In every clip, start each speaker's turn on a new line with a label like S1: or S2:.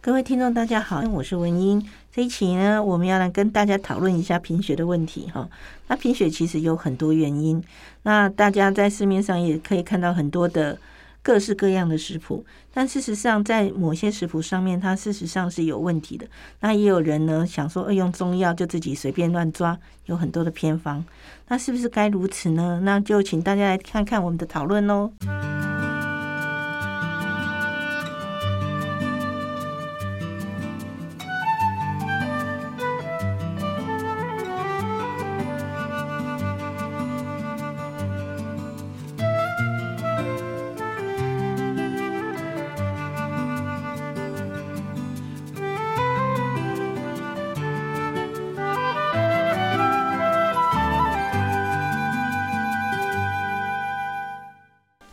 S1: 各位听众，大家好，我是文英。这一期呢，我们要来跟大家讨论一下贫血的问题哈。那贫血其实有很多原因，那大家在市面上也可以看到很多的各式各样的食谱，但事实上在某些食谱上面，它事实上是有问题的。那也有人呢想说，呃，用中药就自己随便乱抓，有很多的偏方。那是不是该如此呢？那就请大家来看看我们的讨论喽。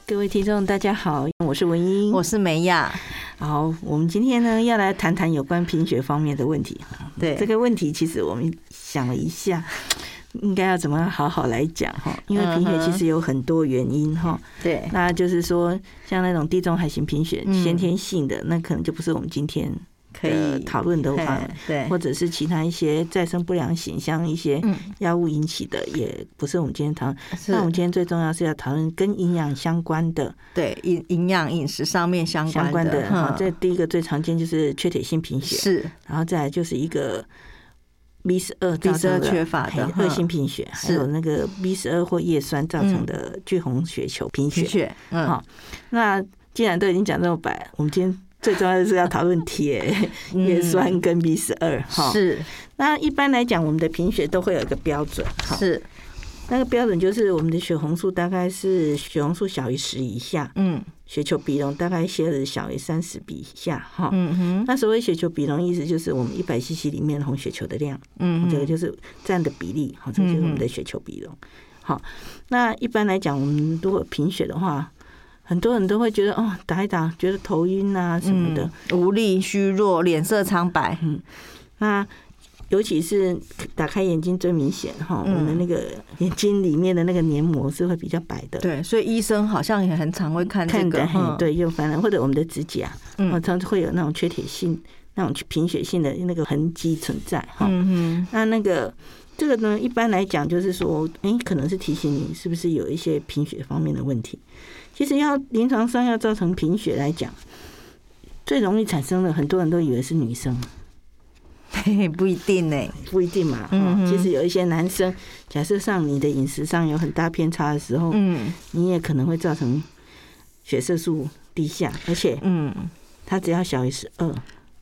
S1: 各位听众，大家好，我是文英，
S2: 我是梅亚，
S1: 好，我们今天呢要来谈谈有关贫血方面的问题。
S2: 对，
S1: 这个问题其实我们想了一下，应该要怎么样好好来讲哈？因为
S2: 嗯
S1: 贫血
S2: 哼
S1: 其实有很多原因哈。
S2: 对
S1: 那就是说，像那种地中海型贫血，
S2: 嗯
S1: 先天性的那可能就不是我们今天
S2: 可以
S1: 讨论的话，
S2: 嘿对
S1: 或者是其他一些再生不良型，像一些
S2: 嗯
S1: 药物引起的，也不是我们今天讨论。
S2: 是
S1: 那我们今天最重要是要讨论跟营养相关的。
S2: 对营营养饮食上面相
S1: 相关的
S2: 的，
S1: 哈
S2: 嗯，
S1: 这第一个最常见就是缺铁性贫血，
S2: 是
S1: 然后再来就是一个 B 十二
S2: B12 缺乏的
S1: 嘿
S2: 嗯
S1: 哎恶性贫血，还
S2: 是
S1: 有那个 B 十二或叶酸造成的巨红血球贫
S2: 贫
S1: 血。
S2: 血，嗯，
S1: 好那既然都已经讲这么白，我们今天最重要的是要讨论铁、
S2: 嗯
S1: 叶酸跟 B 十二哈。
S2: 是
S1: 那一般来讲，我们的贫血都会有一个标准，哈，
S2: 是，
S1: 那个标准就是我们的血红素大概是血红素小于十以下，
S2: 嗯
S1: 血球比容大概血脂小于三十比以下哈。
S2: 嗯哼，
S1: 那所谓血球比容，意思就是我们一百 CC 里面的红血球的量，
S2: 嗯
S1: 这个就是占的比例，好，这个就是我们的血球比容。好，那一般来讲，我们如果贫血的话，很多人都会觉得哦，打一打觉得头晕啊什么的。嗯
S2: 嗯无力、虚弱、脸色苍白，
S1: 那尤其是打开眼睛最明显哈，我
S2: 嗯
S1: 们那个眼睛里面的那个黏膜是会比较白的。
S2: 对，所以医生好像也很常会看这
S1: 看
S2: 个
S1: 的，很
S2: 嗯，
S1: 对，又反而或者我们的指甲，
S2: 嗯
S1: 哦，常常会有那种缺铁性、那种贫血性的那个痕迹存在哈。
S2: 嗯
S1: 那那个这个呢，一般来讲就是说，哎、可能是提醒你是不是有一些贫血方面的问题。其实要临床上要造成贫血来讲，最容易产生的，很多人都以为是女生，
S2: 哼，嘿嘿 不一定呢，
S1: 不一定嘛。
S2: 嗯
S1: 哦
S2: 哼
S1: 其实有一些男生，假设上你的饮食上有很大偏差的时候，
S2: 嗯
S1: 你也可能会造成血色素低下，而且
S2: 嗯
S1: 它只要小于十二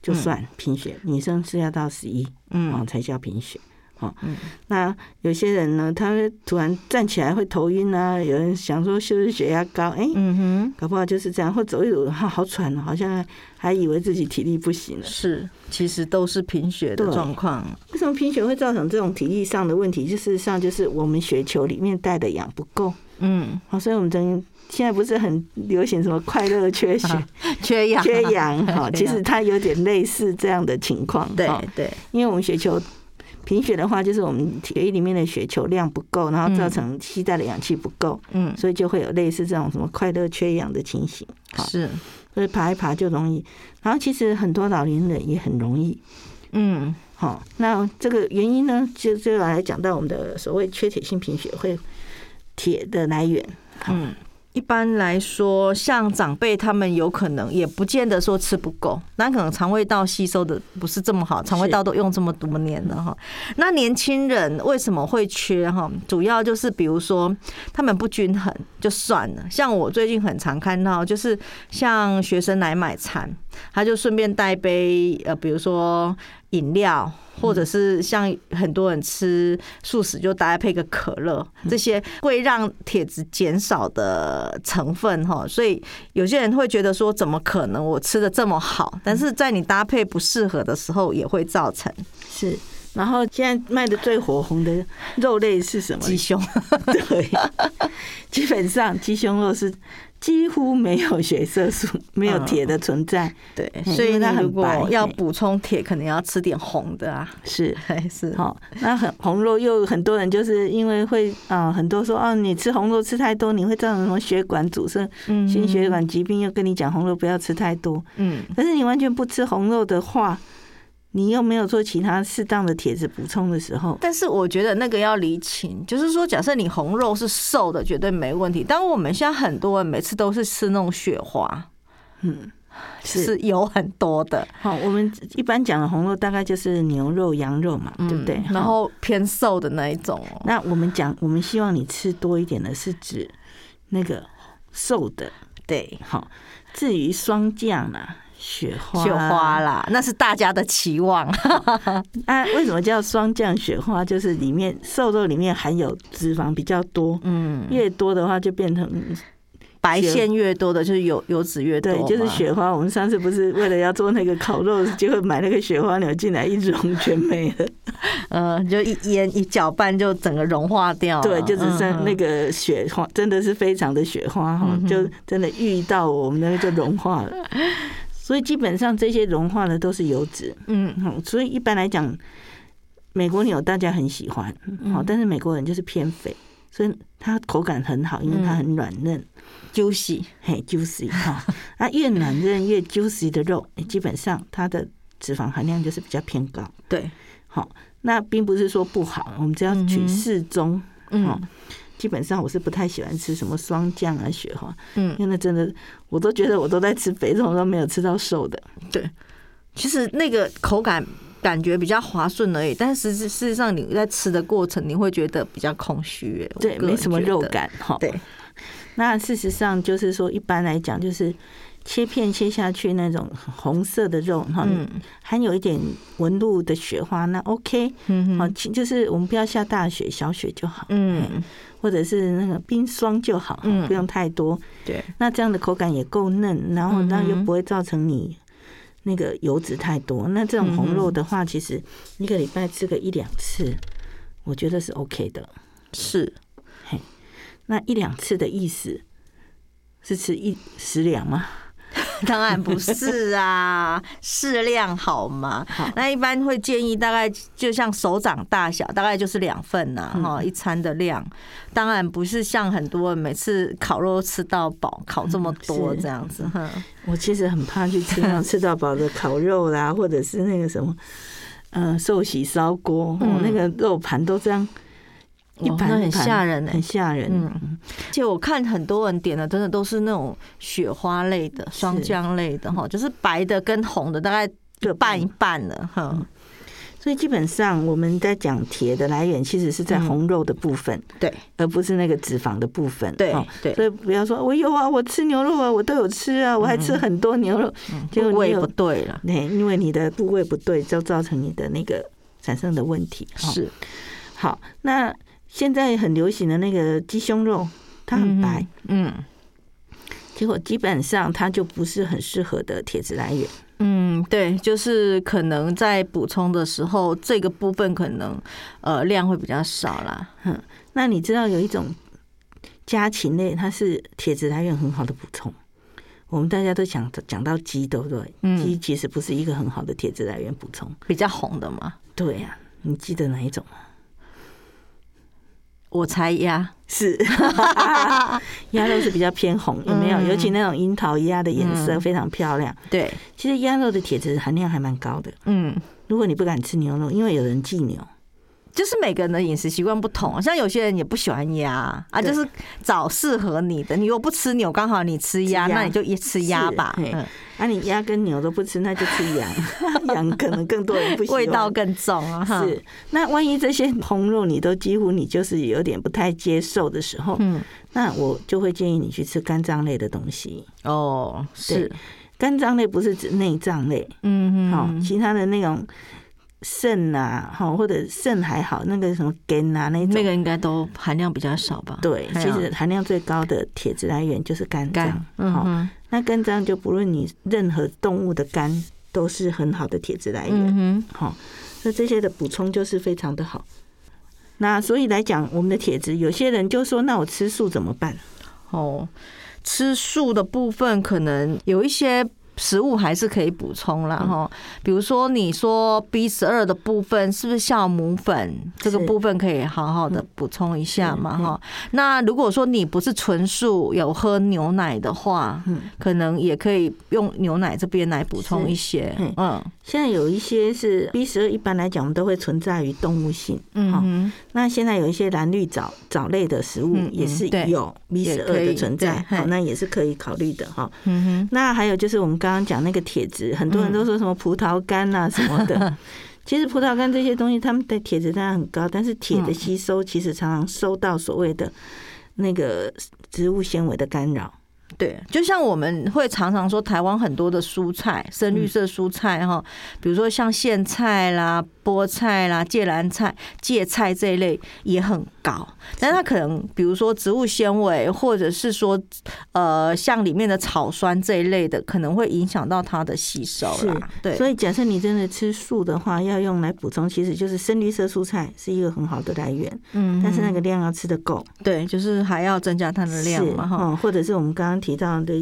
S1: 就算贫血，女生是要到十一哦
S2: 嗯，
S1: 才叫贫血。哦
S2: 嗯，
S1: 那有些人呢，他会突然站起来会头晕啊，有人想说是不是血压高？哎、
S2: 嗯
S1: 搞不好就是这样，或走一走，哈，好喘哦，好像还以为自己体力不行了
S2: 哼，。是，其实都是贫血的
S1: 对
S2: 状况，
S1: 为什么贫血会造成这种体力上的问题？就事实上就是我们血球里面带的氧不够，
S2: 嗯，
S1: 好，所以我们曾现在不是很流行什么快乐缺血、
S2: 缺氧，啊
S1: 缺，氧 哈，
S2: 缺
S1: 其
S2: 氧
S1: 实它有点类似这样的情况。
S2: 对
S1: 哈
S2: 对，
S1: 因为我们血球贫血的话，就是我们血液里面的血球量不够，然后造成吸带的氧气不够，
S2: 嗯
S1: 所以就会有类似这种什么快乐缺氧的情形。好，
S2: 是，
S1: 所以爬一爬就容易。然后其实很多老年人也很容易。
S2: 嗯
S1: 好，那这个原因呢，就就来讲到我们的所谓缺铁性贫血会铁的来源。
S2: 嗯，一般来说，像长辈他们有可能也不见得说吃不够，那可能肠胃道吸收的不是这么好，肠胃道都用这么多年了哈。那年轻人为什么会缺哈？主要就是比如说他们不均衡就算了，像我最近很常看到，就是像学生来买餐，他就顺便带一杯呃，比如说饮料，或者是像很多人吃素食就大家配个可乐，
S1: 嗯
S2: 这些会让铁质减少的成分哈。所以有些人会觉得说，怎么可能我吃的这么好？
S1: 嗯
S2: 但是在你搭配不适合的时候，也会造成
S1: 是。然后现在卖的最火红的肉类是什么？
S2: 鸡 胸。
S1: 对，基本上鸡胸肉是几乎没有血色素、
S2: 嗯
S1: 没有铁的存在。
S2: 对，
S1: 嗯
S2: 所以
S1: 因为它
S2: 你
S1: 很
S2: 如果
S1: 白
S2: 要
S1: 嘿
S2: 补充铁，可能要吃点红的啊，
S1: 是，
S2: 还是
S1: 好、那很红肉又很多人就是因为会啊、很多说哦，你吃红肉吃太多，你会造成什么血管阻塞、心血管疾病，又跟你讲红肉不要吃太多。
S2: 嗯
S1: 可是你完全不吃红肉的话，你又没有做其他适当的铁质补充的时候，
S2: 但是我觉得那个要厘清，就是说，假设你红肉是瘦的，绝对没问题。但我们现在很多人每次都是吃那种雪花，
S1: 嗯，
S2: 就是是油很多的，
S1: 好、我们一般讲的红肉大概就是牛肉、羊肉
S2: 嗯
S1: 嘛，对不对？
S2: 然
S1: 好
S2: 后偏瘦的那一种哦。
S1: 那我们讲，我们希望你吃多一点的是指那个瘦的，
S2: 对，
S1: 好。至于霜降啦、雪花、
S2: 雪花啦，那是大家的期望。
S1: 啊，为什么叫霜降雪花？就是里面瘦肉里面含有脂肪比较多，
S2: 嗯，
S1: 越多的话就变成
S2: 白线越多的，就是油油脂越多嘛，
S1: 对，就是雪花。我们上次不是为了要做那个烤肉，结果买那个雪花牛进来，一融全没了。
S2: 呃，就一腌一搅拌，就整个融化掉了。
S1: 对，就只剩
S2: 嗯
S1: 那个雪花，真的是非常的雪花哈，就真的遇到我们那个就融化了。所以基本上这些融化的都是油脂，
S2: 嗯
S1: 嗯，所以一般来讲，美国牛大家很喜欢，
S2: 嗯
S1: 好，但是美国人就是偏肥，所以它口感很好，因为
S2: 嗯
S1: 它很软嫩，
S2: juicy，
S1: 嘿，juicy 哈。那越软嫩越 juicy 的肉，基本上它的脂肪含量就是比较偏高。
S2: 对，
S1: 好，那并不是说不好，我们只要
S2: 嗯
S1: 取
S2: 哼
S1: 适中。哦
S2: 嗯，
S1: 基本上我是不太喜欢吃什么霜降啊、雪花，
S2: 嗯
S1: 因为那真的我都觉得我都在吃肥肉，都没有吃到瘦的。
S2: 其实那个口感感觉比较滑顺而已，但是事事实上你在吃的过程，你会觉得比较空虚，我
S1: 对，
S2: 个人
S1: 没什么
S2: 觉得
S1: 肉。感哈。
S2: 对，
S1: 那事实上就是说，一般来讲就是切片切下去那种红色的肉哈，
S2: 嗯
S1: 含有一点纹路的雪花，那 OK，
S2: 嗯
S1: 好、其就是我们不要下大雪，小雪就好，
S2: 嗯，
S1: 或者是那个冰霜就好，
S2: 嗯
S1: 不用太多。
S2: 对，
S1: 那这样的口感也够嫩，然后
S2: 嗯哼
S1: 那又不会造成你那个油脂太多。那这种红肉的
S2: 嗯
S1: 话，其实一个礼拜吃个一两次，我觉得是 OK 的。
S2: 是
S1: 那一两次的意思是吃一十两吗？
S2: 当然不是 啊，适量好吗？那一般会建议大概就像手掌大小，大概就是两份呐、哈、一餐的量。当然不是像很多人每次烤肉吃到饱，烤这么多
S1: 嗯是
S2: 这样子。哼
S1: 我其实很怕去吃那 种吃到饱的烤肉啦，或者是那个什么，嗯、寿喜烧锅，我、
S2: 嗯
S1: 那个肉盘都这样一
S2: 哇
S1: 盘
S2: 那
S1: 一
S2: 很
S1: 盘
S2: 吓人哎、
S1: 很吓人。
S2: 嗯，而且我看很多人点的，真的都是那种雪花类的、霜降类的哈，就是白的跟红的大概
S1: 各
S2: 拌
S1: 半
S2: 一半了哈。
S1: 所以基本上我们在讲铁的来源，其实是在
S2: 嗯
S1: 红肉的部分，
S2: 对
S1: 而不是那个脂肪的部分。
S2: 对
S1: 哦
S2: 对，
S1: 所以不要说我有啊，我吃牛肉啊，我都有吃啊，我还吃很多牛肉，结
S2: 嗯部
S1: 果你
S2: 位不
S1: 有
S2: 对了，
S1: 对，因为你的部位不对，就造成你的那个产生的问题。哦
S2: 是
S1: 好，那现在很流行的那个鸡胸肉，它很白，，
S2: 嗯
S1: 结果基本上它就不是很适合的铁质来源。
S2: 嗯，对，就是可能在补充的时候，这个部分可能呃量会比较少啦。
S1: 那你知道有一种家禽类，它是铁质来源很好的补充。我们大家都讲讲到鸡，对不对？
S2: 嗯
S1: 鸡其实不是一个很好的铁质来源补充。
S2: 比较红的嘛，
S1: 对呀、你记得哪 一种吗？
S2: 我猜呀，
S1: 是 鸭肉是比较偏红，有没有？
S2: 嗯
S1: 尤其那种樱桃鸭的颜色非常漂亮。
S2: 对，
S1: 其实鸭肉的铁质含量还蛮高的。
S2: 嗯。
S1: 如果你不敢吃牛肉，因为有人忌牛，
S2: 就是每个人的饮食习惯不同，啊像有些人也不喜欢鸭啊，
S1: 对
S2: 就是找适合你的。你如果不吃牛，刚好你吃鸭，
S1: 吃鸭
S2: 那你就也吃鸭吧，
S1: 是嘿
S2: 嗯
S1: 啊，你鸭跟牛都不吃，那就吃羊，羊可能更多人不喜 欢。
S2: 味道更重啊。哈，
S1: 是，那万一这些红肉你都几乎你就是有点不太接受的时候，
S2: 嗯，
S1: 那我就会建议你去吃肝脏类的东西。
S2: 哦，是
S1: 对，肝脏类不是指内脏类，哦
S2: 嗯
S1: 好、
S2: 嗯，
S1: 其他的那种肾啊，哈，或者肾还好，那个什么肝啊那种，
S2: 那个应该都含量比较少吧？
S1: 对，
S2: 哎
S1: 其
S2: 呀
S1: 实含量最高的铁质来源就是肝脏
S2: 肝，，嗯
S1: 好、
S2: 哼，
S1: 那肝脏就不论你任何动物的肝都是很好的铁质来源，
S2: 嗯哼，
S1: 好、那这些的补充就是非常的好。那所以来讲，我们的铁质，有些人就说，那我吃素怎么办？
S2: 哦，吃素的部分可能有一些。食物还是可以补充
S1: 嗯
S2: 啦，哈、比如说你说 B 十二的部分，是不是酵母粉这个
S1: 是
S2: 部分可以好好的补充一下嘛，哈、那如果说你不是纯素，有喝牛奶的话，
S1: 嗯
S2: 可能也可以用牛奶这边来补充一些
S1: 是嗯，
S2: 嗯
S1: 现在有一些是 B 十二，一般来讲我们都会存在于动物性。哦
S2: 嗯
S1: 好
S2: 哼
S1: 那现在有一些蓝绿藻藻类的食物
S2: 嗯嗯
S1: 也是
S2: 对
S1: 有 B
S2: 也
S1: 十
S2: 可
S1: 二
S2: 以
S1: 的存在，
S2: 对
S1: 好，
S2: 嘿
S1: 那也是可以考虑的哈。
S2: 嗯哼，
S1: 那还有就是我们刚刚讲那个铁质，很多人都说什么葡萄干啊什么
S2: 嗯
S1: 的。 其实葡萄干这些东西，它们的铁质当然很高，但是铁的吸收其实常常受到所谓的那个植物纤维的干扰。
S2: 对，就像我们会常常说，台湾很多的蔬菜，深
S1: 嗯
S2: 绿色蔬菜哈，比如说像苋菜啦、菠菜啦、芥蓝菜、芥菜这一类也很高，但它可能比如说植物纤维，或者是说呃像里面的草酸这一类的，可能会影响到它的吸收啦。对，
S1: 所以假设你真的吃素的话，要用来补充，其实就是深绿色蔬菜是一个很好的来源，
S2: 嗯
S1: 但是那
S2: 个
S1: 个量要吃得够，
S2: 对，就是还要增加它的量
S1: 是
S2: 嘛哈。
S1: 嗯，或者是我们刚刚提到的，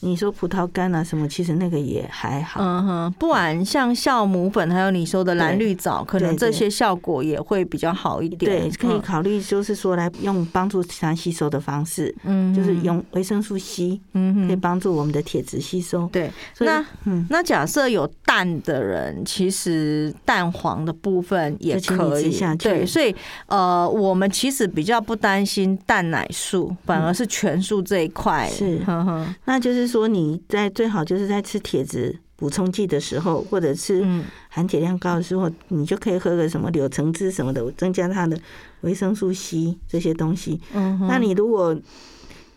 S1: 你说葡萄干啊什么，其实那个也还好。
S2: 嗯哼，不然像酵母粉，还有你说的蓝
S1: 对
S2: 绿藻，可能
S1: 对
S2: 这
S1: 对
S2: 些效果也会比较好一点。
S1: 对，可以
S2: 嗯
S1: 考虑就是说来用帮助它吸收的方式，
S2: 嗯
S1: 就是用维生素 C
S2: 嗯
S1: 可以
S2: 哼，
S1: 帮助我们的铁质吸收。
S2: 对。
S1: 所以
S2: 那
S1: 嗯，
S2: 那假设有蛋的人，其实蛋黄的部分也
S1: 就请你
S2: 可
S1: 吃
S2: 以
S1: 下去
S2: 对，所以呃，我们其实比较不担心蛋奶素，反而是全素这一块。
S1: 嗯是
S2: 呵呵，
S1: 那就是说你在最好就是在吃铁质补充剂的时候，或者吃
S2: 嗯，
S1: 含铁量高的时候，你就可以喝个什么柳橙汁什么的，增加它的维生素 C 这些东西。
S2: 嗯哼
S1: 那你如果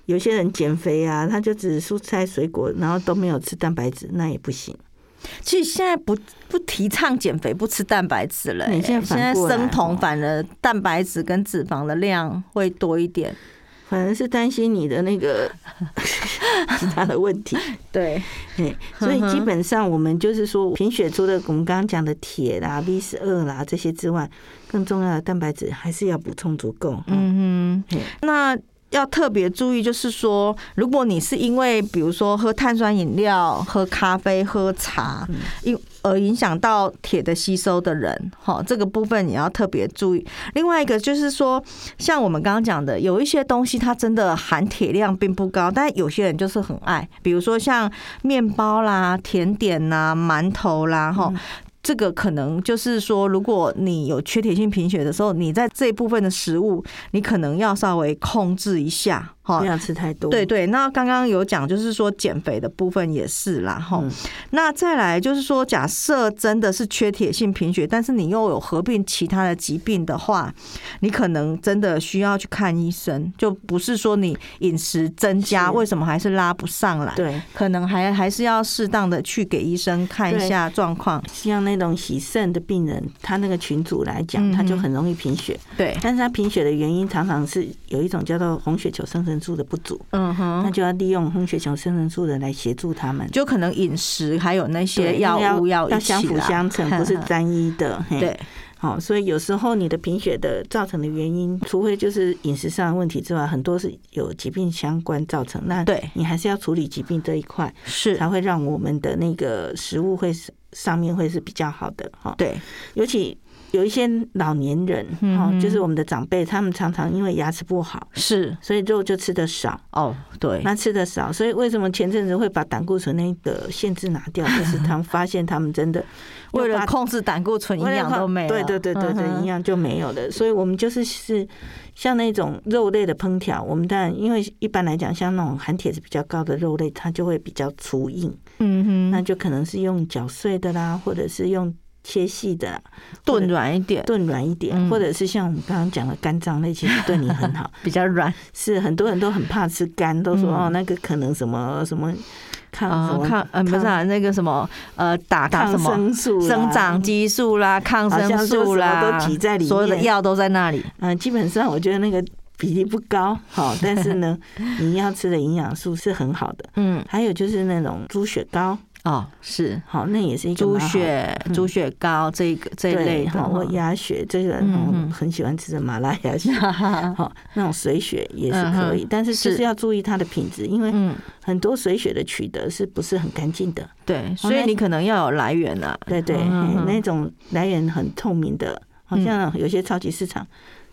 S1: 有些人减肥啊，他就只蔬菜水果，然后都没有吃蛋白质，那也不行。
S2: 其实现在不不提倡减肥，不吃蛋白质了、
S1: 你
S2: 欸。现
S1: 现在反
S2: 在
S1: 过来
S2: 生酮
S1: 哦
S2: 反而蛋白质跟脂肪的量会多一点。
S1: 反而是担心你的那个 其他的问题，
S2: 对，
S1: 嘿
S2: 嗯
S1: 所以基本上我们就是说，贫血除了我们刚刚讲的铁啦、B 十二啦这些之外，更重要的蛋白质还是要补充足够。嗯，
S2: 嗯哼
S1: 嘿，
S2: 那要特别注意，就是说，如果你是因为比如说喝碳酸饮料、喝咖啡、喝茶，因而影响到铁的吸收的人，哈，这个部分也要特别注意。另外一个就是说，像我们刚刚讲的，有一些东西它真的含铁量并不高，但有些人就是很爱，比如说像面包啦、甜点啦、馒头啦，哈。这个可能就是说，如果你有缺铁性贫血的时候，你在这一部分的食物，你可能要稍微控制一下，哈
S1: 不。要吃太多。
S2: 对对，那刚刚有讲，就是说减肥的部分也是啦，哈、
S1: 嗯
S2: 那再来就是说，假设真的是缺铁性贫血，但是你又有合并其他的疾病的话，你可能真的需要去看医生，就不是说你饮食增加，
S1: 是
S2: 为什么还是拉不上来？
S1: 对，
S2: 可能还还是要适当的去给医生看一
S1: 对
S2: 下状况。
S1: 像那种洗肾的病人，他那个群组来讲，
S2: 嗯
S1: 他就很容易贫血，
S2: 对，
S1: 但是他贫血的原因常常是有一种叫做红血球生成素的不足，
S2: 嗯哼
S1: 那就要利用红血球生成素的来协助他们。
S2: 就可能饮食还有那些
S1: 对
S2: 药
S1: 要
S2: 物要
S1: 要
S2: 一起啦
S1: 相辅相成，不是单一的。嘿
S2: 对，
S1: 好，所以有时候你的贫血的造成的原因，除非就是饮食上的问题之外，很多是有疾病相关造成。那
S2: 对
S1: 你还是要处理疾病这一块，
S2: 是
S1: 才会让我们的那个食物会是上面会是比较好的哈。
S2: 对，
S1: 尤其有一些老年人
S2: 嗯
S1: 哈
S2: 哼，
S1: 就是我们的长辈，他们常常因为牙齿不好，
S2: 是
S1: 所以肉就吃的少。
S2: 哦，对，
S1: 那吃的少，所以为什么前阵子会把胆固醇那个限制拿掉？就是他们发现他们真的
S2: 为
S1: 又
S2: 了
S1: 把
S2: 控制胆固醇，营养都没了。
S1: 对对对对对，
S2: 嗯哼
S1: 营养就没有了。所以我们就是是像那种肉类的烹调，我们当然因为一般来讲，像那种含铁质比较高的肉类，它就会比较粗硬，
S2: 嗯
S1: 那
S2: 哼，
S1: 就可能是用搅碎的啦，或者是用。切细的啦，或者
S2: 炖软一点，
S1: 炖软一点，
S2: 嗯
S1: 或者是像我们刚刚讲的肝脏类，其实对你 很好。
S2: 比较软，
S1: 是很多人都很怕吃肝，都说
S2: 嗯
S1: 哦那个可能什么什么抗什
S2: 啊，
S1: 么
S2: 抗呃不是啊，那个什么呃打抗
S1: 抗
S2: 什么
S1: 生素啦
S2: 生长激素啦、抗生素啦，
S1: 好像说什么都挤在里面
S2: 所有的药都在那里。
S1: 嗯，基本上我觉得那个比例不高， 好，但是呢，你要吃的营养素是很好的。
S2: 嗯，
S1: 还有就是那种猪血糕，
S2: 哦，是
S1: 好，那也是一个
S2: 猪
S1: 蛮好
S2: 血、
S1: 嗯
S2: 猪血糕这一个这一类
S1: 对，
S2: 的
S1: 好，或
S2: 哈
S1: 鸭血这个
S2: 嗯
S1: 我
S2: 嗯
S1: 很喜欢吃的麻辣 鸭血，好，那种水血也是可以
S2: 嗯，哼
S1: 但是就是
S2: 是
S1: 要注意它的品质，因为
S2: 嗯，
S1: 很多水血的取得是不是很干净的？
S2: 对，所以
S1: 那
S2: 你可能要有来源啊。
S1: 对对，
S2: 嗯
S1: 嘿
S2: 嗯
S1: 那种来源很透明的，好像有些超级市场，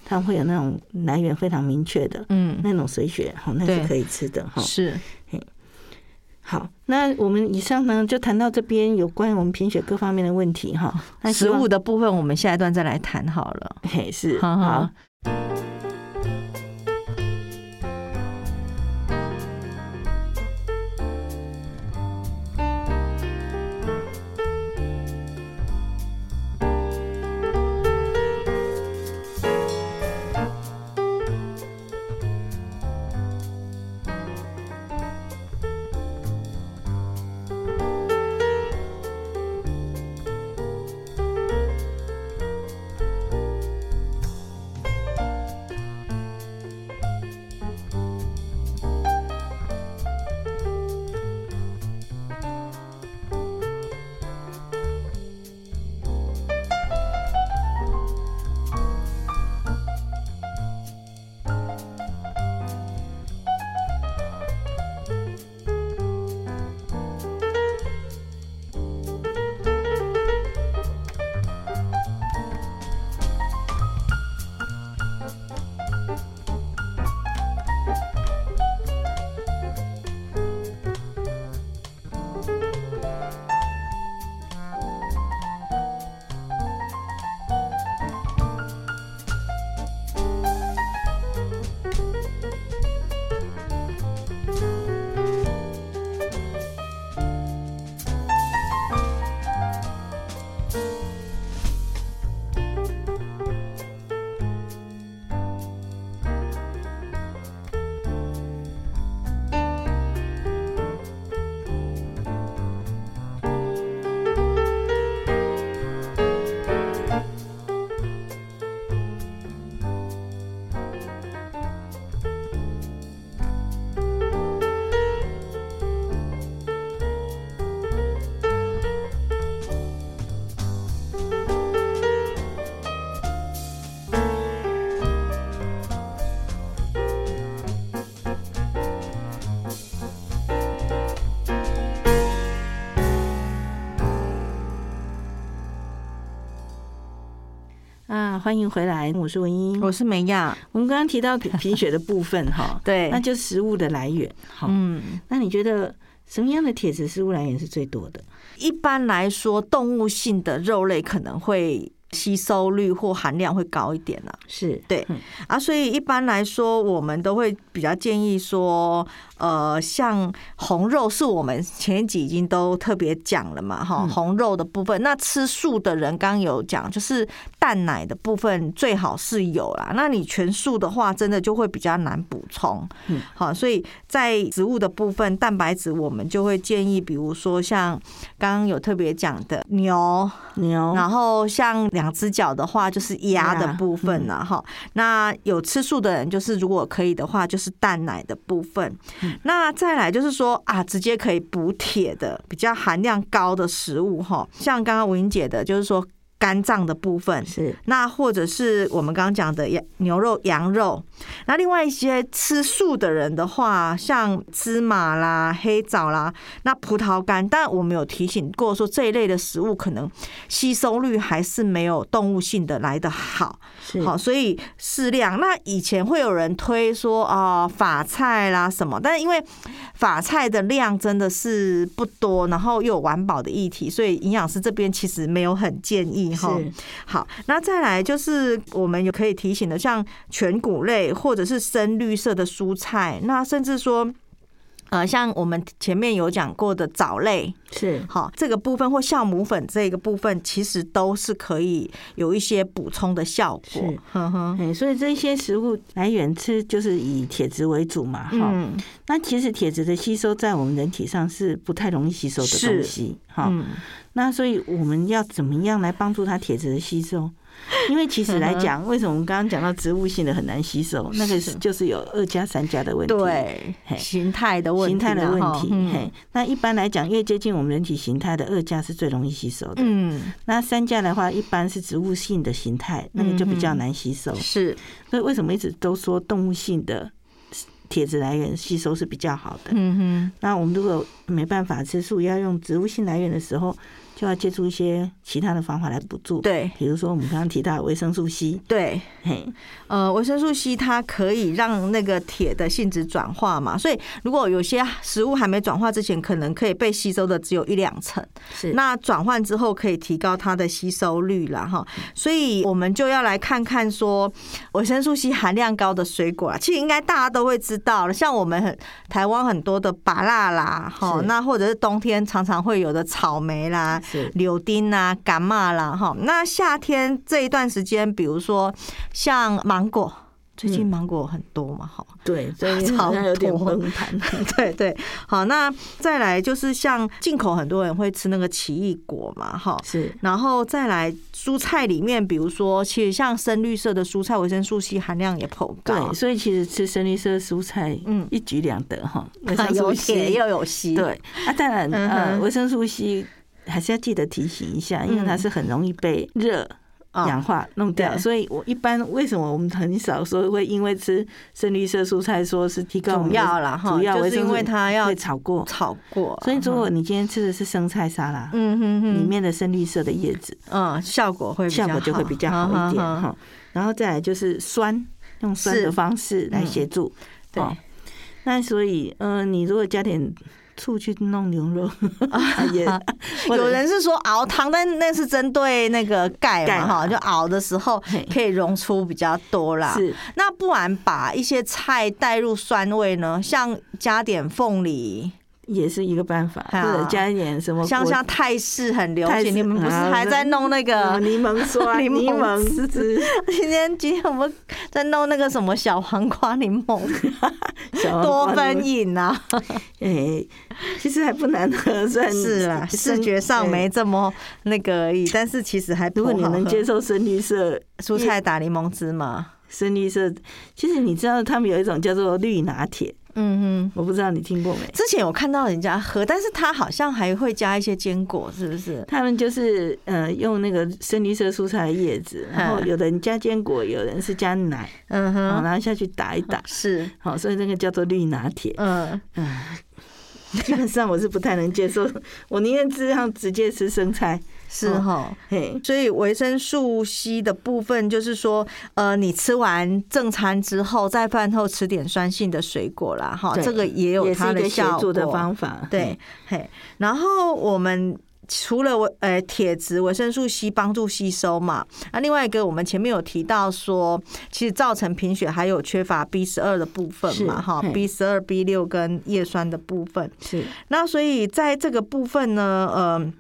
S1: 它会有那种来源非常明确的
S2: 嗯，
S1: 那种水血，好，那是
S2: 对
S1: 可以吃的哈。
S2: 是
S1: 好，那我们以上呢就谈到这边有关我们贫血各方面的问题哈。那希
S2: 哦食
S1: 望
S2: 物的部分，我们下一段再来谈好了。
S1: 嘿是
S2: 好好
S1: 好。啊，欢迎回来，我是文英。
S2: 我是梅亚，，
S1: 我们刚刚提到贫贫血的部分哈
S2: 对
S1: 那就食物的来源。好，
S2: 嗯，
S1: 那你觉得什么样的铁质食物来源是最多的？
S2: 一般来说，动物性的肉类可能会吸收率或含量会高一点啊。
S1: 是
S2: 对
S1: 嗯
S2: 啊，所以一般来说，我们都会比较建议说，呃，像红肉是我们前一集已经都特别讲了嘛，哈，
S1: 嗯
S2: 红肉的部分。那吃素的人刚刚有讲，就是蛋奶的部分最好是有啦。那你全素的话，真的就会比较难补充
S1: 嗯。
S2: 好，所以在植物的部分，蛋白质我们就会建议，比如说像刚刚有特别讲的牛、
S1: 牛，
S2: 然后像两只脚的话，就是鸭的
S1: 鸭
S2: 部分了哈。那有吃素的人，就是如果可以的话，就是蛋奶的部分。那再来就是说啊，直接可以补铁的比较含量高的食物哈，像刚刚文英姐的，就是说肝脏的部分。
S1: 是
S2: 那或者是我们刚刚讲的羊牛肉、羊肉，那另外一些吃素的人的话，像芝麻啦、黑枣啦，那葡萄干，但我们有提醒过说这一类的食物可能吸收率还是没有动物性的来的好，
S1: 是
S2: 好，所以适量。那以前会有人推说啊、法菜啦什么，但因为法菜的量真的是不多，然后又有环保的议题，所以营养师这边其实没有很建议哈。
S1: 是
S2: 好，那再来就是我们有可以提醒的，像全谷类或者是深绿色的蔬菜，那甚至说。呃，像我们前面有讲过的藻类，
S1: 是
S2: 好这个部分或酵母粉这个部分，其实都是可以有一些补充的效
S1: 是
S2: 果。呵呵，
S1: 哎，所以这些食物来源吃就是以铁质为主嘛，哈、
S2: 嗯，
S1: 那其实铁质的吸收在我们人体上是不太容易吸收的东
S2: 是
S1: 西，哈、
S2: 嗯
S1: 那所以我们要怎么样来帮助它铁质的吸收？因为其实来讲，为什么我们刚刚讲到植物性的很难吸收，那个是
S2: 嗯是
S1: 就是有二加三加的问题，，
S2: 对
S1: 嘿
S2: 形态的问题
S1: 形
S2: 啦，
S1: 态的问
S2: 哈
S1: 题。
S2: 嗯
S1: 嘿，那一般来讲，越接近我们人体形态的二价是最容易吸收的。
S2: 嗯，
S1: 那三价的话，一般是植物性的形态，那个就比
S2: 嗯
S1: 较难吸收。
S2: 是，
S1: 所以为什么一直都说动物性的铁质来源吸收是比较好的？
S2: 嗯
S1: 那我们如果没办法吃素，要用植物性来源的时候，就要借助一些其他的方法来补助。
S2: 哼，，对
S1: 比如说我们刚刚提到的维生素 C，
S2: 对，
S1: 嘿，
S2: 呃，维生素 C 它可以让那个铁的性质转化嘛，所以如果有些食物还没转化之前，可能可以被吸收的只有一两成，
S1: 是
S2: 那转换之后可以提高它的吸收率啦。哈。
S1: 嗯
S2: 所以我们就要来看看说维生素 C 含量高的水果啦，啊其实应该大家都会知道了，像我们很台湾很多的芭辣啦，哈，
S1: 是
S2: 那或者是冬天常常会有的草莓啦，
S1: 是
S2: 柳丁啊、橄榄啦，哈。那夏天这一段时间，比如说像芒果，最近
S1: 嗯
S2: 芒果很多嘛， 哈、
S1: 对，所以
S2: 超
S1: 好像有点
S2: 多
S1: 崩盘。
S2: 对对，好。那再来就是像进口，很多人会吃那个奇异果嘛，哈。
S1: 是
S2: 然后再来蔬菜里面，比如说，其实像深绿色的蔬菜，维生素 C 含量也颇高
S1: 对，，所以其实吃深绿色蔬菜，
S2: 嗯
S1: 嗯，一举两得 哈，维生
S2: 有
S1: 素
S2: 铁
S1: C，
S2: 又有 C，
S1: 对，啊，当然，
S2: 嗯
S1: 呃，
S2: 哼
S1: 维生素 C 还是要记得提醒一下，因为它
S2: 嗯
S1: 是很容易被热。
S2: 啊
S1: 氧化弄掉，
S2: 对
S1: 所以我一般为什么我们很少说会因为吃深绿色蔬菜说是提高我们
S2: 主
S1: 的
S2: 要啦，哈，
S1: 主要
S2: 就
S1: 维
S2: 是
S1: 生
S2: 因
S1: 素
S2: 为它要
S1: 会炒过，
S2: 炒啊过，
S1: 所以如果你今天吃的是生菜沙拉，
S2: 嗯哼哼，
S1: 里面的深绿色的叶子
S2: 嗯效果会比较
S1: 效果就会比较好一点
S2: 哈哈哈
S1: 哈。然后再来就是酸，用酸
S2: 是
S1: 的方式来协助。
S2: 嗯对
S1: 哦那所以，嗯，你如果加点醋去弄牛 肉，也或者
S2: 有人是说熬汤，但那是针对那个钙
S1: 钙
S2: 嘛
S1: 嘛
S2: 哈，就熬的时候
S1: 嘿
S2: 可以溶出比较多啦。
S1: 是
S2: 那不然把一些菜带入酸味呢，像加点凤梨，
S1: 也是一个办法，
S2: 啊
S1: 或者加一点什么
S2: 像
S1: 果
S2: 像泰式很流
S1: 泰式
S2: 行，你们不是
S1: 啊
S2: 还在弄那
S1: 呃
S2: 个？
S1: 柠檬 酸、
S2: 柠
S1: 柠
S2: 檬
S1: 檬汁、
S2: 今天今天我们在弄那个什么小黄瓜柠檬
S1: 小
S2: 多
S1: 黄瓜
S2: 酚饮啊？
S1: 哎，其实还不难喝，算
S2: 是啦，视觉上。没这么那个而已，但是其实还
S1: 如
S2: 颇
S1: 果你
S2: 好
S1: 能
S2: 喝
S1: 接受深绿色
S2: 蔬菜打柠檬汁嘛，
S1: 深绿色，其实你知道他们有一种叫做绿拿铁，
S2: 嗯哼。
S1: 我不知道你听过没？
S2: 之前有看到人家喝，但是他好像还会加一些坚果，是不是？
S1: 他们就是呃用那个深绿色蔬菜的叶子，然后
S2: 嗯
S1: 有的人加坚果，有人是加奶，
S2: 嗯
S1: 好
S2: 哼，
S1: 然后下去打一打，
S2: 是，
S1: 好，所以那个叫做绿拿铁。
S2: 嗯，
S1: 基本上我是不太能接受，我宁愿这样直接吃生菜。
S2: 是哈。
S1: 嘿，
S2: 哦所以维生素 C 的部分就是说，呃，你吃完正餐之后，在饭后吃点酸性的水果啦，哈，
S1: 对
S2: 这个也有
S1: 也是
S2: 它
S1: 一个协
S2: 效果
S1: 助的方法。
S2: 对，嘿，然后我们。除了维呃铁质、维生素 C 帮助吸收嘛，那、另外一个我们前面有提到说，其实造成贫血还有缺乏 B 十二的部分嘛，
S1: 是
S2: 哈
S1: 嘿
S2: ，B 十二、B 六跟叶酸的部分。
S1: 是
S2: 那所以在这个部分呢，呃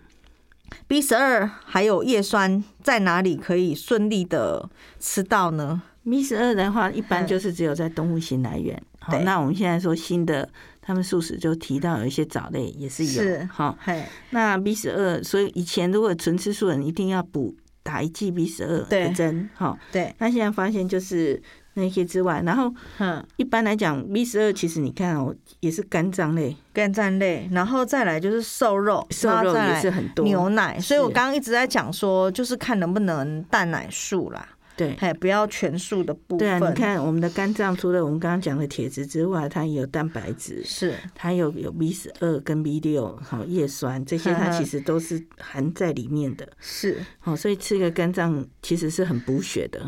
S2: ，B 十二还有叶酸在哪里可以顺利的吃到呢？
S1: 米十二的话，一般就是只有在动物性来源。好，
S2: 嗯对
S1: 那我们现在说新的，他们素食就提到有一些藻类也是有
S2: 是。
S1: 好，
S2: 嘿，
S1: 那 B 十二，所以以前如果纯吃素人一定要补打一剂 B 十二
S2: 对
S1: 的针。好，
S2: 对，
S1: 那现在发现就是那些之外，然后
S2: 嗯，
S1: 一般来讲，B 十二其实你看哦，也是肝脏类，
S2: 肝脏类，然后再来就是瘦肉，
S1: 瘦
S2: 然后
S1: 肉
S2: 再
S1: 也
S2: 来
S1: 是很多。
S2: 牛奶，所以我
S1: 是
S2: 刚刚一直在讲说，就是看能不能蛋奶素啦，
S1: 对。
S2: 哎，不要全素的部分。
S1: 对啊，你看我们的肝脏，除了我们刚刚讲的铁质之外，它也有蛋白质，
S2: 是
S1: 它有有 B 十二跟 B 六，好叶酸这些，它
S2: 嗯哼
S1: 其实都是含在里面的。
S2: 是
S1: 好，所以吃个肝脏其实是很补血的。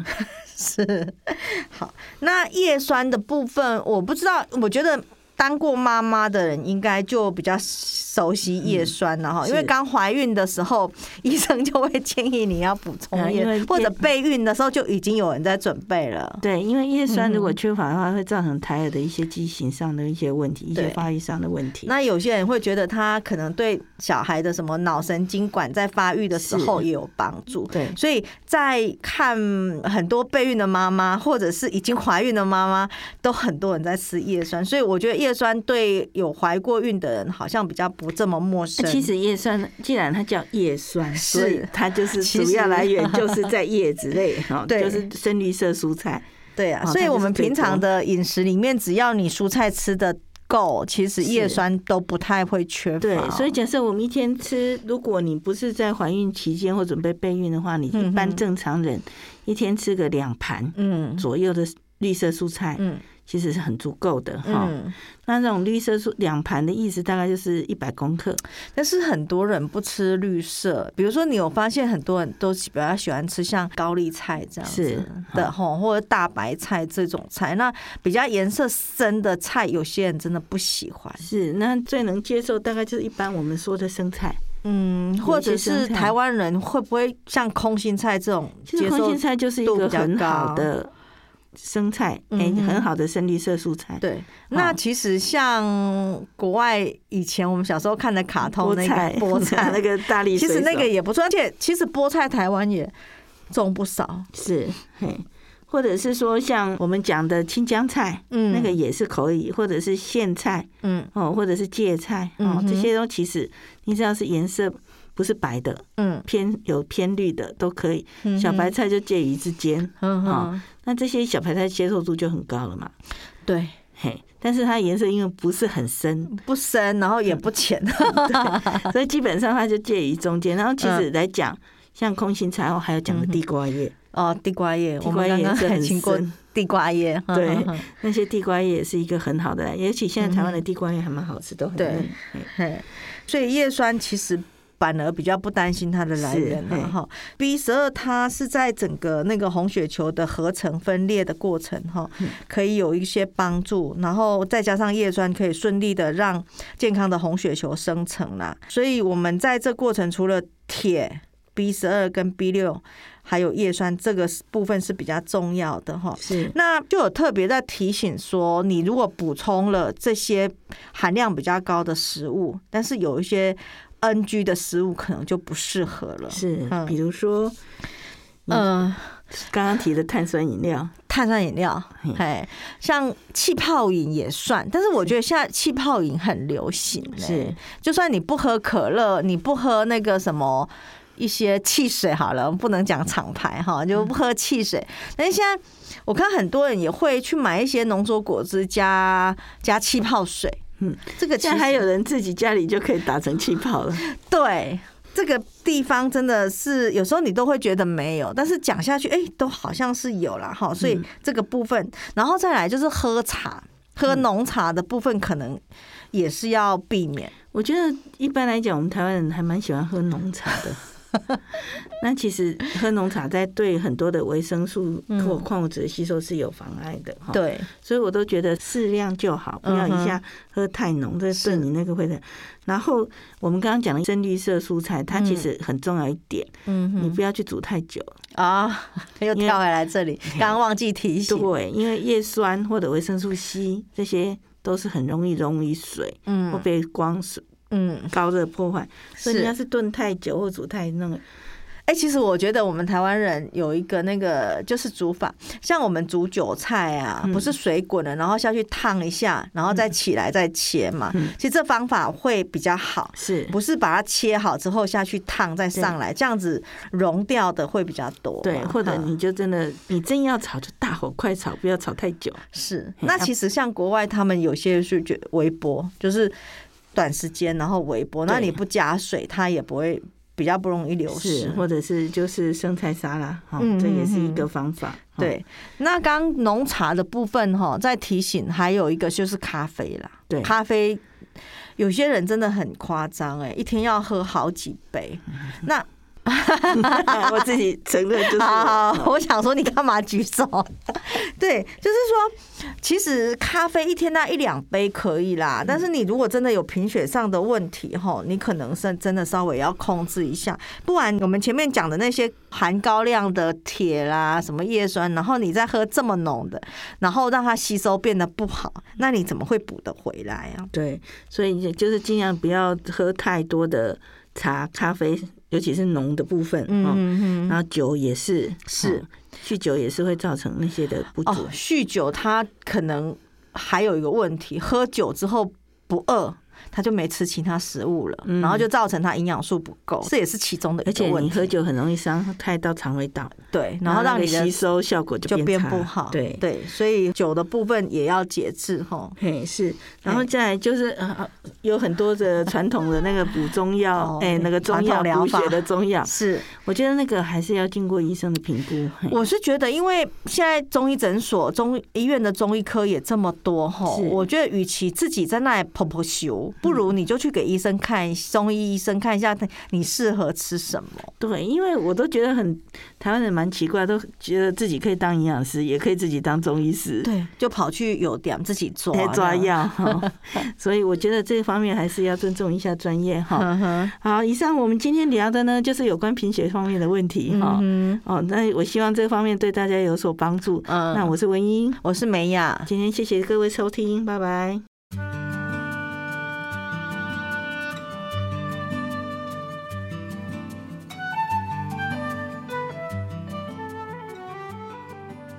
S2: 是， 好，那叶酸的部分我不知道，我觉得当过妈妈的人应该就比较熟悉叶酸了哈，
S1: 嗯是
S2: 因为刚怀孕的时候， 医生就会建议你要补充
S1: 嗯因为
S2: 叶，或者备孕的时候就已经有人在准备了。
S1: 对，因为叶酸如果缺乏的话，会造成胎儿的一些畸形上的一些问题，一些
S2: 对
S1: 发育上的问题。
S2: 那有些人会觉得他可能对小孩的什么脑神经管在发育的时候
S1: 是
S2: 也有帮助，
S1: 对
S2: 所以在看很多备孕的妈妈或者是已经怀孕的妈妈，都很多人在吃叶酸，所以我觉得叶酸对有怀过孕的人好像比较不这么陌生。
S1: 哎其实叶酸，既然它叫叶酸，
S2: 是
S1: 所以它就是
S2: 其
S1: 主要
S2: 实
S1: 来 源就是在叶子类哈，
S2: 对
S1: 就是深绿色蔬菜。
S2: 对啊，
S1: 哦
S2: 所以
S1: 它
S2: 我
S1: 就是
S2: 们
S1: 最
S2: 平常
S1: 多
S2: 的饮食里面，只要你蔬菜吃的够，其实叶
S1: 是
S2: 酸都不太会缺乏。
S1: 对，所以假设我们一天吃，如果你不是在怀孕期间或准备备孕的话，你一般正常人一天吃个两盘
S2: 嗯
S1: 左右的绿色蔬菜，
S2: 嗯
S1: 其实是很足够的哈。
S2: 嗯，
S1: 那这种绿色蔬两盘的意思大概就是一百公克，
S2: 但是很多人不吃绿色，比如说你有发现很多人都比较喜欢吃像高丽菜这样子
S1: 是
S2: 的吼，或者大白菜这种菜，那比较颜色深的菜，有些人真的不喜欢。
S1: 是那最能接受大概就是一般我们说的生菜。
S2: 嗯，或者是台湾人会不会像空心菜这种
S1: 其实
S2: 接
S1: 空
S2: 受
S1: 心？菜就是一
S2: 度
S1: 个
S2: 比较
S1: 很好
S2: 高
S1: 的生菜，哎、
S2: 嗯哼
S1: 很好的深绿色蔬菜。
S2: 对，那
S1: 哦
S2: 其实像国外以前我们小时候看的卡通
S1: 菠
S2: 那
S1: 菜，
S2: 个 菠菜，
S1: 那个大力
S2: 其
S1: 水手，
S2: 实那个也不错，而且其实菠菜台湾也种不少，
S1: 是，嘿，或者是说像我们讲的青江菜，
S2: 嗯
S1: 那个也是可以，或者是苋菜
S2: 嗯
S1: 哦，或者是芥菜
S2: 嗯
S1: 哦，
S2: 哼
S1: 这些都其实你只要是颜色不是白的，
S2: 嗯
S1: 偏有偏绿的都可以。小白菜就介于之间，
S2: 嗯
S1: 哦
S2: 哼，
S1: 那这些小白菜接受度就很高了嘛，
S2: 对，
S1: 嘿，但是它颜色因为不是很深，
S2: 不深，然后也不 浅，
S1: 所以基本上它就介于中间。然后其
S2: 嗯
S1: 实来讲，像空心菜，哦，还有讲的地瓜叶，
S2: 哦，嗯地瓜叶，
S1: 地
S2: 我
S1: 瓜
S2: 们刚
S1: 叶
S2: 刚
S1: 是
S2: 还
S1: 很
S2: 听过嗯
S1: 深，
S2: 地瓜叶，哼
S1: 对
S2: 哼哼
S1: 那些地瓜叶也是一个很好的来源，尤其现在台湾的地瓜叶还蛮好吃，都很
S2: 嗯对
S1: 嫩。嘿
S2: 嘿，所以叶酸其实反而比较不担心它的来源
S1: 是
S2: 了
S1: 嘿
S2: 哈。B 十二它是在整个那个红血球的合成分裂的过程哈，
S1: 嗯
S2: 可以有一些帮助，然后再加上叶酸可以顺利的让健康的红血球生成啦。所以我们在这过程除了铁。B 十二跟 B 六，还有叶酸这个部分是比较重要的哈。
S1: 是
S2: 那就有特别在提醒说，你如果补充了这些含量比较高的食物，但是有一些 NG 的食物可能就不适合了。
S1: 是，
S2: 嗯
S1: 比如说
S2: 嗯，
S1: 刚刚提的碳酸 饮料，
S2: 碳酸饮料，哎，像气泡饮也算，但是我觉得现在气泡饮很流行、欸，
S1: 是
S2: 就算你不喝可乐，你不喝那个什么一些汽水好了，不能讲厂牌哈，
S1: 嗯
S2: 就不喝汽水。但是现在我看很多人也会去买一些浓缩果汁加加气泡水，
S1: 嗯，
S2: 这个其
S1: 现在
S2: 实
S1: 还有人自己家里就可以打成气泡了。
S2: 对。这个地方真的是有时候你都会觉得没有，但是讲下去，哎、都好像是有啦
S1: 嗯
S2: 哈。所以这个部分，然后再来就是喝茶，喝
S1: 嗯
S2: 浓茶的部分可能也是要避免。
S1: 我觉得一般来讲，我们台湾人还蛮喜欢喝浓茶的。 那其实喝浓茶在对很多的维生素或矿物质的吸收是有妨碍的哈。
S2: 嗯对，
S1: 所以我都觉得适量就好，不要
S2: 嗯哼
S1: 一下喝太浓，这对你那个会的。然后我们刚刚讲的深绿色蔬菜，它其实很重要一点，
S2: 嗯哼
S1: 你不要去煮太久，
S2: 啊，又
S1: 因为嗯
S2: 跳回来这里，刚刚忘记提醒。
S1: 对，因为叶酸或者维生素 C 这些都是很容易溶于水，或
S2: 嗯
S1: 被光是
S2: 嗯，
S1: 高热破坏，所以你要
S2: 是。
S1: 是炖太久或煮太那个，
S2: 哎、其实我觉得我们台湾人有一个那个就是煮法，像我们煮韭菜啊，
S1: 嗯
S2: 不是水滚了，然后下去烫一下，然后再起来再切嘛。
S1: 嗯
S2: 其实这方法会比较好。
S1: 是
S2: 不是把它切好之后下去烫再上来，这样子溶掉的会比较多嘛。
S1: 对，或者
S2: 哈
S1: 你就真的你真要炒就大火快炒，不要炒太久，
S2: 是，
S1: 嘿
S2: 那
S1: 啊
S2: 其实像国外他们有些是觉微波，就是短时间然后微波，那
S1: 对
S2: 你不加水，它也不会比较不容易流
S1: 是嗯
S2: 失。
S1: 或者是就是生菜沙拉，哈、
S2: 嗯
S1: 这也是
S2: 嗯
S1: 一
S2: 嗯
S1: 个方法。哈
S2: 对，那刚浓茶的部分哈，在提醒还有一个就是咖啡啦，
S1: 对
S2: 咖啡欸 有些人真的很夸张哎，一天要喝好几杯，那
S1: 我自己承认就是嗯
S2: 好
S1: 我。
S2: 好，我想说你干嘛举手？对，就是说，其实咖啡一天那一两杯可以啦，但
S1: 嗯
S2: 是你如果真的有贫血上的问题吼，你可能是真的稍微要控制一下，不然我们前面讲的那些含高量的铁啦、什么叶酸，然后你再喝这么浓的，然后让它吸收变得不好，那你怎么会补得回来啊？
S1: 对，所以你就是尽量不要喝太多的茶、咖啡，尤其是浓的部分啊、哦
S2: 嗯
S1: 然后酒也是，
S2: 是
S1: 哦酗酒也是会造成那些的不足。
S2: 哦，酗酒它可能还有一个问题，喝酒之后不饿，他就没吃其他食物了，然后就造成他营养素不够，这也是其中的
S1: 嗯而
S2: 一
S1: 且
S2: 个问
S1: 你
S2: 题。
S1: 喝酒很容易伤害到肠胃道，
S2: 对，然后让你
S1: 那个吸
S2: 的
S1: 收效果就
S2: 就变
S1: 差
S2: 不好。
S1: 对
S2: 对，所以酒的部分也要节制吼。
S1: 嘿，是，然后
S2: 嘿
S1: 再来就是呃，有很多的传统的那个补中药
S2: 哦，
S1: 哎、那个中
S2: 传
S1: 药
S2: 统疗
S1: 补血
S2: 法
S1: 的 中药，
S2: 是，
S1: 我觉得那个还是要经过医生的评估。嘿
S2: 我是觉得，因为现在中医诊所、中医院的中医科也这么多吼，
S1: 是
S2: 我觉得与其自己在那里婆婆修，不如你就去给医生看中医医生看一下，你适合吃什么。
S1: 对，因为我都觉得很台湾人蛮奇怪，都觉得自己可以当营养师，也可以自己当中医师，
S2: 对，哦就跑去有点自己啊抓
S1: 来抓。药 哈。所以我觉得这方面还是要尊重一下专业哈。
S2: 嗯哼，
S1: 好，以上我们今天聊的呢，就是有关贫血方面的问题哈。
S2: 嗯
S1: 哦，那我希望这方面对大家有所帮助。
S2: 嗯
S1: 那我是文英，
S2: 我是梅雅，
S1: 今天谢谢各位收听，拜拜。